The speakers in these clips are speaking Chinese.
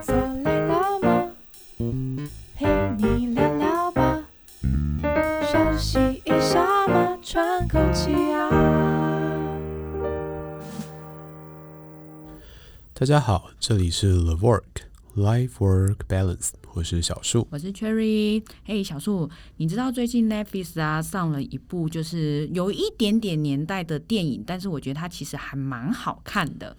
坐累了吗？陪你聊聊吧，休息一下嘛，喘口气啊。大家好，这里是 The Work Life Work Balance，我是小树。我是 Cherry。嘿，小树，你知道最近 Netflix 啊上了一部就是有一点点年代的电影，但是我觉得它其实还蛮好看的。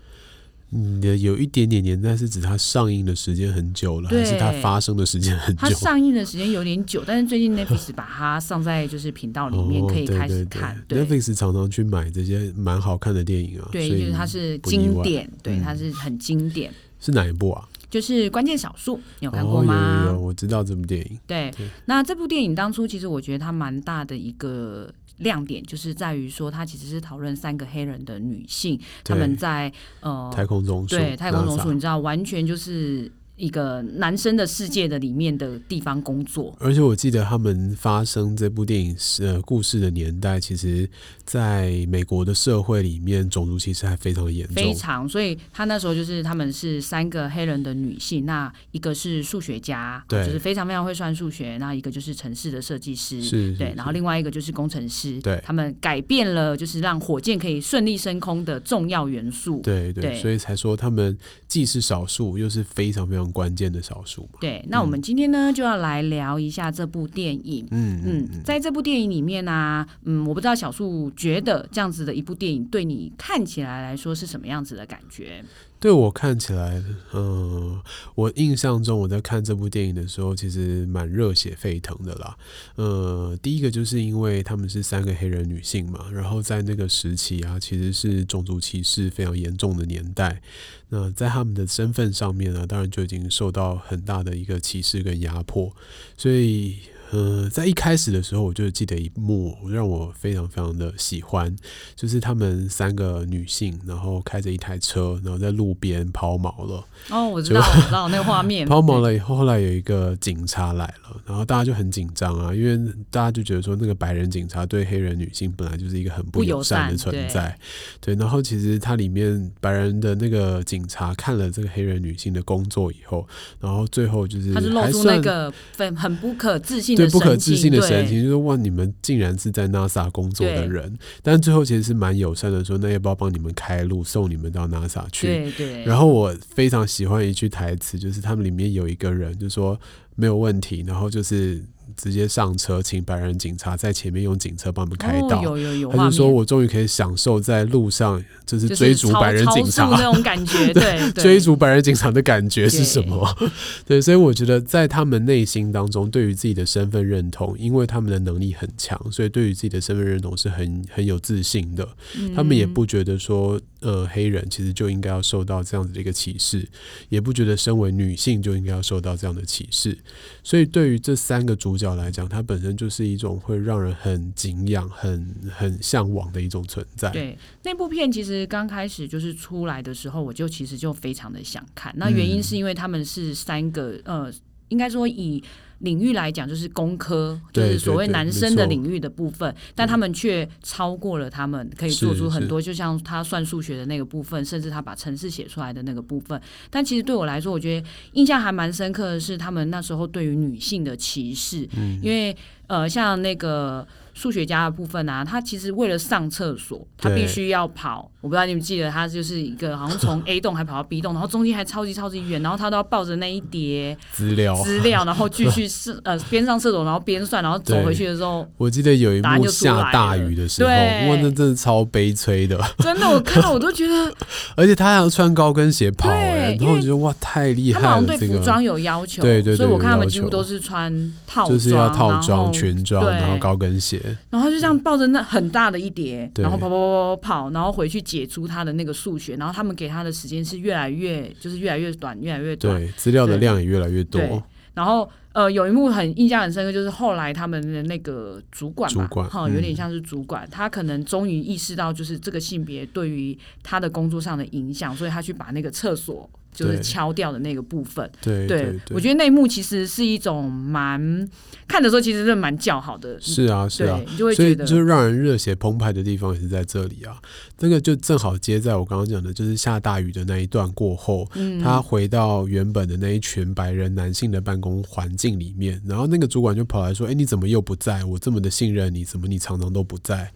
你的嗯有一点点年代是指它上映的时间很久了，还是它对发生的时间很它久？上映的时间有点久，但是最近 Netflix 把它上在就是频道里面，哦，可以对开始对对看。 Netflix 常常去买这些蛮好看的电影啊，对，所以就是它是不意经外典，对，嗯它是很经典，是哪一部啊？就是关键少数，你有看过哦，吗？有有有，我知道这部电影。对，那这部电影当初其实我觉得它蛮大的一个亮点，就是在于说它其实是讨论三个黑人的女性，她对们在呃太空总署，对太空总署， NASA 你知道完全就是一个男生的世界的里面的地方工作。而且我记得他们发生这部电影是呃故事的年代，其实在美国的社会里面，种族歧视还非常的严重。非常，所以她那时候就是她们是三个黑人的女性，那一个是数学家，对就是非常非常会算数学，那一个就是城市的设计师，是对是，然后另外一个就是工程师，对他们改变了就是让火箭可以顺利升空的重要元素，对对，对所以才说他们既是少数，又是非常非常关键的少数嘛。对，那我们今天呢就要来聊一下这部电影。嗯嗯嗯，嗯，在这部电影里面呢、嗯，我不知道小树觉得这样子的一部电影对你看起来来说是什么样子的感觉？对我看起来，嗯，我印象中我在看这部电影的时候，其实蛮热血沸腾的啦。呃，第一个就是因为他们是三个黑人女性嘛，然后在那个时期啊，其实是种族歧视非常严重的年代。那在他们的身份上面呢、当然就已经受到很大的一个歧视跟压迫，所以。呃，在一开始的时候，我就记得一幕让我非常非常的喜欢，就是她们三个女性，然后开着一台车，然后在路边抛锚了。哦，我知就道，我知道那个 画面，抛锚了以后，后来有一个警察来了，然后大家就很紧张啊，因为大家就觉得说那个白人警察对黑人女性本来就是一个很不不友友善的善存在，对。然后其实它里面白人的那个警察看了这个黑人女性的工作以后，然后最后就是他就露还出算那个很很不可置信对的不可置信的对神情，就是哇，你们竟然是在 NASA 工作的对人，但最后其实是蛮友善的说，那要不要帮你们开路，送你们到 NASA 去？对对，然后我非常喜欢一句台词，就是他们里面有一个人就说没有问题，然后就是直接上车，请白人警察在前面用警车帮他们开道。哦、有有有画他面，就说：“我终于可以享受在路上，就是就是追逐超白人警察超速那种感觉， 对，对追逐白人警察的感觉是什么？ 对，所以我觉得在他们内心当中，对于自己的身份认同，因为他们的能力很强，所以对于自己的身份认同是很很有自信的。嗯他们也不觉得说，呃，黑人其实就应该要受到这样子的一个歧视，也不觉得身为女性就应该要受到这样的歧视。所以对于这三个主角来讲，它本身就是一种会让人很敬仰、很很向往的一种存在。对，那部片其实刚开始就是出来的时候，我就其实就非常的想看。那原因嗯是因为他们是三个、呃，应该说以领域来讲，就是工科，就对是所对谓对男没生的错嗯领域的部分，但他们却超过了他们，可以做是出很是多，就像他算数学的那个部分，甚至他把程式写出来的那个部分。但其实对我来说，我觉得印象还蛮深刻的是，他们那时候对于女性的歧视，嗯因为呃，像那个数学家的部分啊，他其实为了上厕所，他对必须要跑。我不知道你们记得，他就是一个好像从 A 栋还跑到 B 栋，然后中间还超级超级远，然后他都要抱着那一叠资料资料，然 后继续是呃边上厕所，然后边算，然后走回去的时候，我记得有一答案幕就出来下大雨的时候，了对哇，那真的超悲催的。 真的我看到我都觉得而且他还要穿高跟鞋跑、欸，然后对因我为觉得哇，太厉他们害好像了对，这服装个有要求，对对对所以我看他有要们求几乎都是穿套装，就是要套然后装、裙装，对然后高跟鞋，然后就这样抱着那很大的一叠，对然后跑跑跑跑跑，然后回去解出他的那个数学，然后他们给他的时间是越来越就是越来越短，越来越短。对，资料的对量也越来越对多，然后呃，有一幕很印象很深刻，就是后来他们的那个主管吧，主管哈、嗯有点像是主管，他可能终于意识到就是这个性别对于他的工作上的影响，所以他去把那个厕所就是对敲掉的那个部分。对对对，我觉得那一幕其实是一种蛮看的时候，其实是蛮叫好的。是啊是对，啊，你就会所觉以得就是让人热血澎湃的地方也是在这里啊。这个就正好接在我刚刚讲的，就是下大雨的那一段过后，嗯他回到原本的那一群白人男性的办公环境里面，然后那个主管就跑来说：“哎，你怎么又不在？我这么的信任你，怎么你常常都不在？”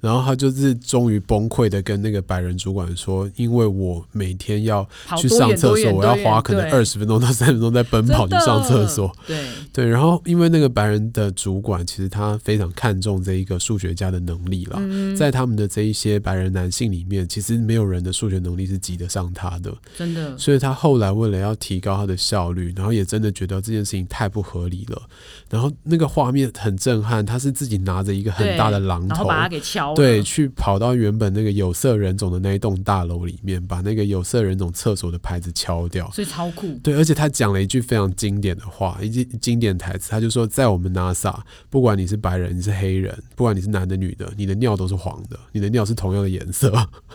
然后他就是终于崩溃的跟那个白人主管说：“因为我每天要跑去多上远厕多所，远我多要远花可能对二十分钟到三十分钟在奔跑去真的上厕所。”对，对，然后因为那个白人的主管其实他非常看重这一个数学家的能力啦，嗯在他们的这一些白人男性里面，其实没有人的数学能力是及得上他的，真的所以他后来为了要提高他的效率，然后也真的觉得这件事情太不合理了，然后那个画面很震撼，他是自己拿着一个很对大的榔然头后。把它给敲了。对，去跑到原本那个有色人种的那一栋大楼里面，把那个有色人种厕所的牌子敲掉。所以超酷。对，而且他讲了一句非常经典的话，一句经典台词，他就说，在我们 NASA，不管你是白人，你是黑人，不管你是男的女的，你的尿都是黄的，你的尿是同样的颜色。哦就是蛮好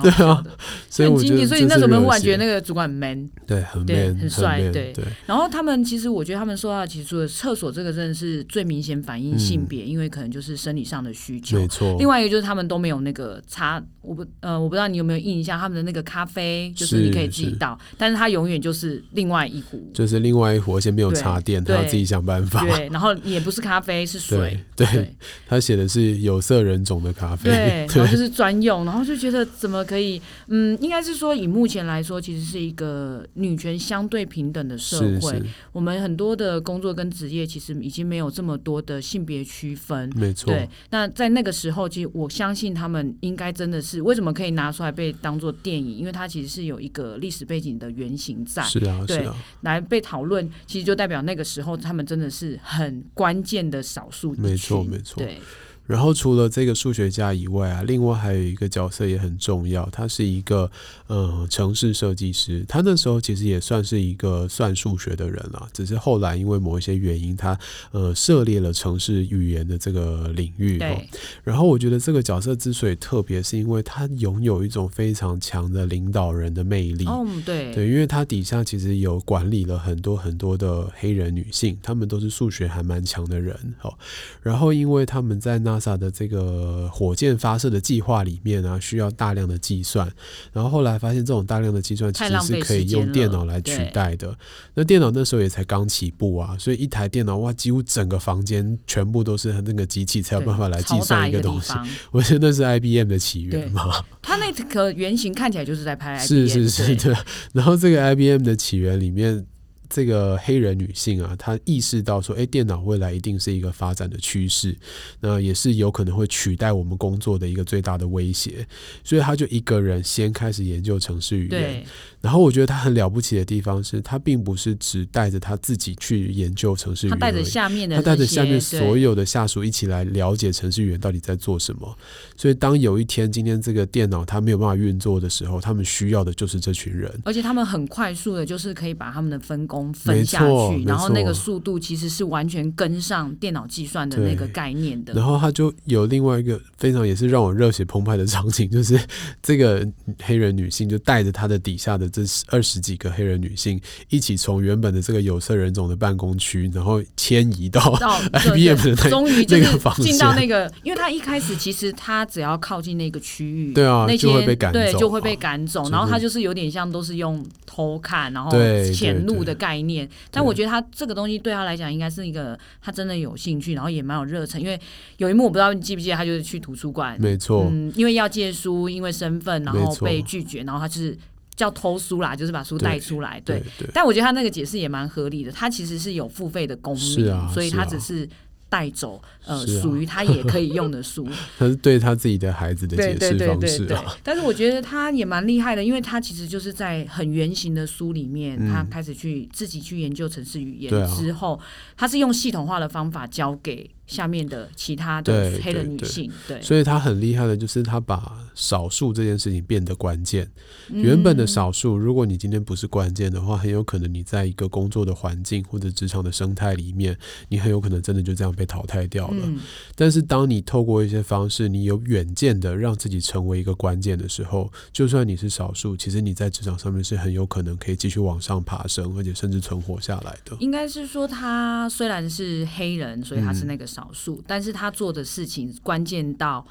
对笑啊的，所以很我觉经得这典。所是以那时候我们忽然热觉得血那个主管很 man。对很对 man 很帅 man，对对然后他们其实我觉得他们说到，其实厕所这个真的是最明显反映性别，因为可能就是生理上的需嗯求没。错。另外一个就是他们都没有那个擦，我不呃我不知道你有没有印象，他们的那个咖啡就是是你可以自己是倒，但是它永远就是另外一壶。就是另外一壶，而且没有对插电，他要对自己想办法。对，然后也不是咖啡，是水对。对，对他写的是有色人种的咖啡。对，然后对就是专用，然后就觉得怎么可以？嗯，应该是说以目前来说，其实是一个女权相对平等的社是会是。我们很多的工作跟职业其实已经没有这么多的性别区分。没错，对，那在那个时候，其实我相信他们应该真的是为什么可以拿出来被当做电影，因为它其实是有一个历史背景的原型在是啊是对啊，来被讨论，其实就代表那个时候他们真的是很关键的少数一没错群没错对，然后除了这个数学家以外啊，另外还有一个角色也很重要，他是一个呃城市设计师。他那时候其实也算是一个算数学的人了，只是后来因为某一些原因，他呃涉猎了城市语言的这个领域。哦对，然后我觉得这个角色之所以特别，是因为他拥有一种非常强的领导人的魅力。哦，对，对，因为他底下其实有管理了很多很多的黑人女性，她们都是数学还蛮强的人。好、然后因为他们在 NASA 的这个火箭发射的计划里面啊，需要大量的计算，然后后来发现这种大量的计算其太实浪是费可时以用间电了脑来取对代的。那电脑那时候也才刚起步啊，所以一台电脑哇，几乎整个房间全部都是那个机器才有对办法来计超大算一个个东地西。方，我觉得那是 IBM 的起源对嘛。它那个原型看起来就是在拍 IBM，是是是，对，对。 然后这个 IBM 的起源里面，这个黑人女性啊，她意识到说，哎，电脑未来一定是一个发展的趋势，那也是有可能会取代我们工作的一个最大的威胁，所以她就一个人先开始研究城市语言。对然后我觉得她很了不起的地方是，她并不是只带着她自己去研究城市语他言带而着已。下面的他这些，带着下面所对有的下属一起来了解程序员到底在做什么。所以，当有一天今天这个电脑它没有办法运作的时候，他们需要的就是这群人。而且他们很快速的，就是可以把他们的分工分没下错去，没然后那个错速度其实是完全跟上电脑计算的那个对概念的。然后他就有另外一个非常也是让我热血澎湃的场景，就是这个黑人女性就带着她的底下的这二十几个黑人女性一起从原本的这个有色人种的办公区，然后迁移到 到 IBM 的那终于就那个是房间进到那个，因为他一开始其实他只要靠近那个区域，对啊那些就会被赶对走就会被啊赶走，真的然后他就是有点像都是用偷看，然后对对潜入对的概念。但我觉得他这个东西对他来讲应该是一个他真的有兴趣，然后也蛮有热忱，因为有一幕我不知道你记不记得，他就是去图书馆，没错，嗯，因为要借书，因为身份，然没后错被拒绝，然后他就是叫偷书啦，就是把书对带出来，对对。对但我觉得他那个解释也蛮合理的，他其实是有付费的公是民，啊所以是他啊只是带走呃是啊属于他也可以用的书， 他是对他自己的孩子的对解对释对方对式对啊。。但是我觉得他也蛮厉害的，因为他其实就是在很原型的书里面，嗯他开始去自己去研究城市语言对啊之后，他是用系统化的方法教给下面的其他的对黑人对女对性。对，所以他很厉害的，就是他把少数这件事情变得关键。原本的少数，如果你今天不是关键的话，很有可能你在一个工作的环境或者职场的生态里面，你很有可能真的就这样被淘汰掉了。嗯，但是当你透过一些方式，你有远见的让自己成为一个关键的时候，就算你是少数，其实你在职场上面是很有可能可以继续往上爬升，而且甚至存活下来的。应该是说他虽然是黑人，所以他是嗯那个少数，但是他做的事情关键到，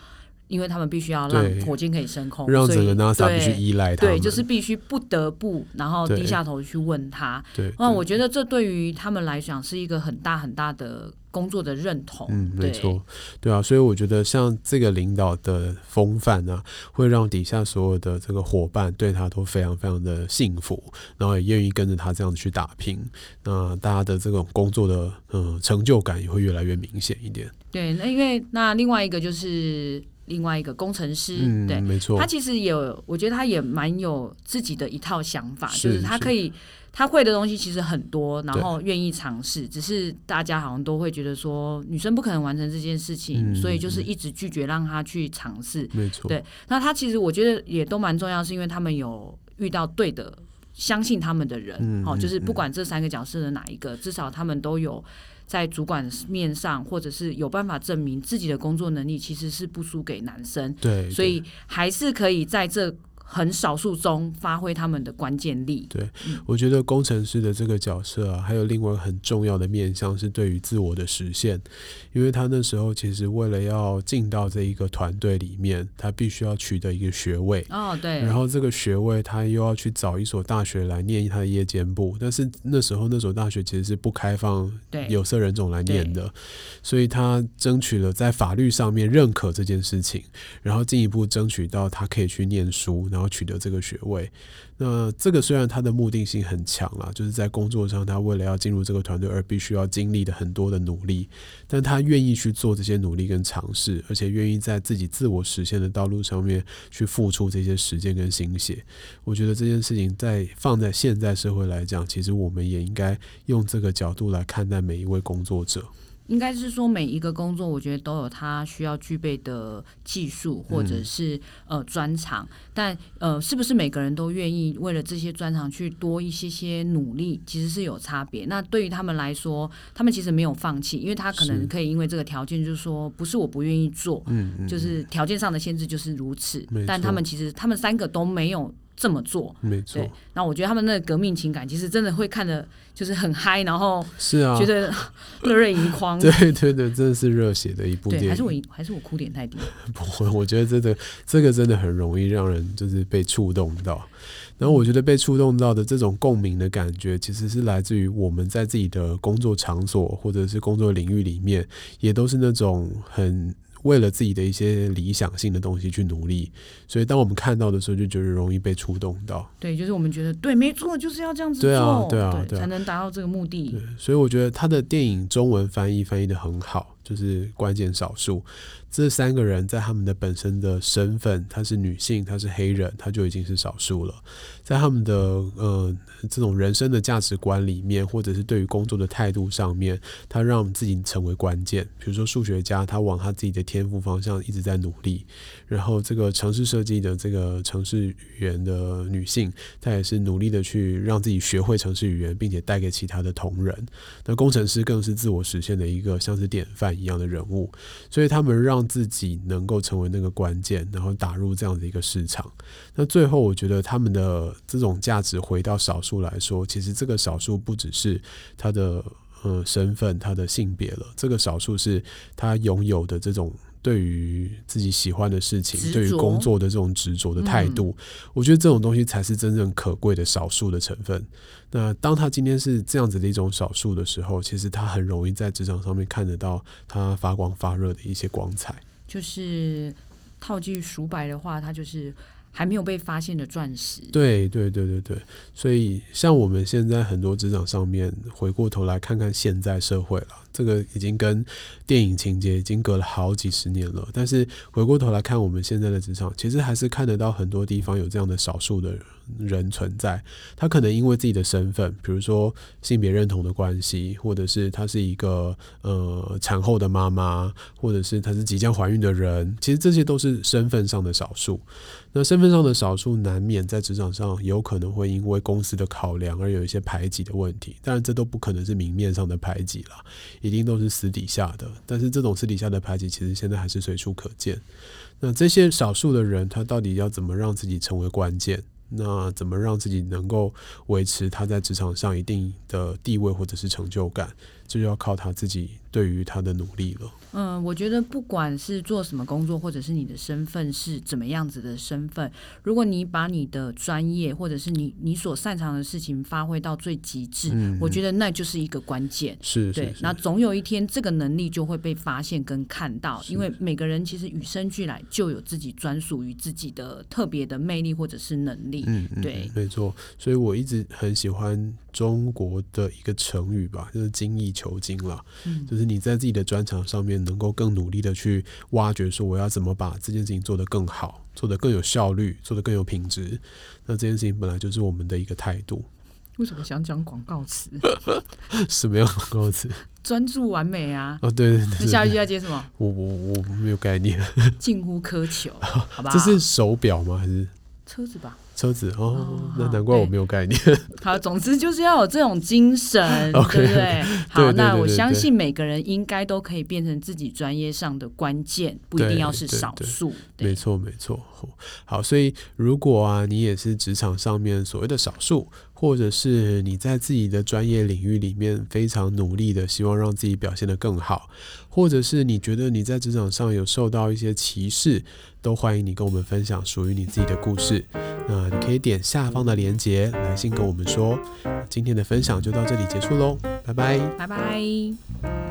因为他们必须要让对火箭可以升空，让所以整个 NASA 必须对依赖他对，们，就是必须不得不，然后对低下头去问他。对。那对我觉得这对于他们来讲是一个很大很大的工作的认同。嗯，没对错，对啊，所以我觉得像这个领导的风范呢、啊，会让底下所有的这个伙伴对他都非常非常的幸福，然后也愿意跟着他这样去打拼。那大家的这种工作的嗯、呃成就感也会越来越明显一点。对，那因为那另外一个就是另外一个工程师，嗯，对没错他，其实也有，我觉得他也蛮有自己的一套想法，是就是他是可以。他会的东西其实很多，然对后愿意尝试，只是大家好像都会觉得说女生不可能完成这件事情，嗯所以就是嗯一直拒绝让他去尝试。没错，对那他其实我觉得也都蛮重要，是因为他们有遇到对的、相信他们的人，嗯哦，嗯就是不嗯管这三个角色的哪一个，至少他们都有在主管面上，或者是有办法证明自己的工作能力其实是不输给男生，对，所以还是可以在这很少数中发挥他们的关键力。我觉得工程师的这个角色啊，还有另外一个很重要的面向是对于自我的实现，因为他那时候其实为了要进到这一个团队里面，他必须要取得一个学位。哦，对，然后这个学位，他又要去找一所大学来念他的夜间部，但是那时候那所大学其实是不开放对，有色人种来念的，所以他争取了在法律上面认可这件事情，然后进一步争取到他可以去念书，然后取得这个学位。那这个虽然他的目的性很强啦，就是在工作上他为了要进入这个团队而必须要经历的很多的努力，但他愿意去做这些努力跟尝试，而且愿意在自己自我实现的道路上面去付出这些时间跟心血。我觉得这件事情在放在现在社会来讲，其实我们也应该用这个角度来看待每一位工作者。应该是说每一个工作，我觉得都有它需要具备的技术或嗯者是、呃专长，但呃是不是每个人都愿意为了这些专长去多一些些努力，其实是有差别。那对于他们来说，他们其实没有放弃，因为他可是能可以因为这个条件，就是说不是我不愿意做，嗯嗯，就是条件上的限制就是如此没错，但他们其实他们三个都没有这么做。没错对，那我觉得他们那个革命情感，其实真的会看的，就是很嗨，然后是啊觉，得热泪盈 眶。对对对，真的是热血的一部电对，影。还是我还是我哭点太低。不会，我觉得真的这个真的很容易让人就是被触动到。然后我觉得被触动到的这种共鸣的感觉，其实是来自于我们在自己的工作场所或者是工作领域里面，也都是那种很为了自己的一些理想性的东西去努力。所以当我们看到的时候，就觉得容易被触动到。对，就是我们觉得对，没错，就是要这样子做，对啊对啊对啊才能达到这个目的对。，所以我觉得他的电影中文翻译翻译的很好，就是关键少数这三个人在他们的本身的身份，她是女性，她是黑人，她就已经是少数了。在他们的呃这种人生的价值观里面，或者是对于工作的态度上面，他让自己成为关键。比如说数学家，他往他自己的天赋方向一直在努力；然后这个城市设计的这个城市语言的女性，她也是努力的去让自己学会城市语言，并且带给其他的同仁。那工程师更是自我实现的一个像是典范一样的人物，所以他们让自己能够成为那个关键，然后打入这样的一个市场。那最后，我觉得他们的这种价值回到少数来说，其实这个少数不只是他的呃身份、他的性别了，这个少数是他拥有的这种。对于自己喜欢的事情，执对于着嗯工作的这种执着的态度，我觉得这种东西才是真正可贵的少数的成分。那当他今天是这样子的一种少数的时候，其实他很容易在职场上面看得到他发光发热的一些光彩。就是套句熟白的话，它就是还没有被发现的钻石。对对对对对，所以像我们现在很多职场上面，回过头来看看现在社会了，这个已经跟电影情节已经隔了好几十年了。但是回过头来看我们现在的职场，其实还是看得到很多地方有这样的少数的人存在，他可能因为自己的身份，比如说性别认同的关系，或者是她是一个呃产后的妈妈，或者是她是即将怀孕的人，其实这些都是身份上的少数。那身份上的少数难免在职场上有可能会因为公司的考量而有一些排挤的问题，当然这都不可能是明面上的排挤啦，一定都是私底下的。但是这种私底下的排挤，其实现在还是随处可见。那这些少数的人，他到底要怎么让自己成为关键？那怎么让自己能够维持他在职场上一定的地位或者是成就感？这就要靠他自己对于他的努力了。嗯，我觉得不管是做什么工作，或者是你的身份是怎么样子的身份，如果你把你的专业或者是你你所擅长的事情发挥到最极致，嗯我觉得那就是一个关键。是是对，是那总有一天这个能力就会被发现跟看到，因为每个人其实与生俱来就有自己专属于自己的特别的魅力或者是能力。嗯，嗯对嗯没错。所以我一直很喜欢中国的一个成语吧，就是精益求精啦。嗯就是你在自己的专长上面能够更努力的去挖掘，说我要怎么把这件事情做得更好，做得更有效率，做得更有品质。那这件事情本来就是我们的一个态度， 为什么想讲广告词？什么样的高词？ 专注完美啊！哦，对对对那对下一对，句要接什么？我我我没有概念，近乎苛 求，好吧？这是手表吗？还是啊车子吧。车子？哦哦，那好难怪我对没有概念。 好，总之就是要有这种精神，对不 OK，OK，对？好，对那对我对相对信每个人应该都可以变成自己专业上的关键，不一定对要是对少对数。没对，错，没错。好，所以如果啊，你也是职场上面所谓的少数，或者是你在自己的专业领域里面非常努力的，希望让自己表现得更好，或者是你觉得你在职场上有受到一些歧视，都欢迎你跟我们分享属于你自己的故事。那你可以点下方的链接来信跟我们说。今天的分享就到这里结束喽，拜拜。拜拜。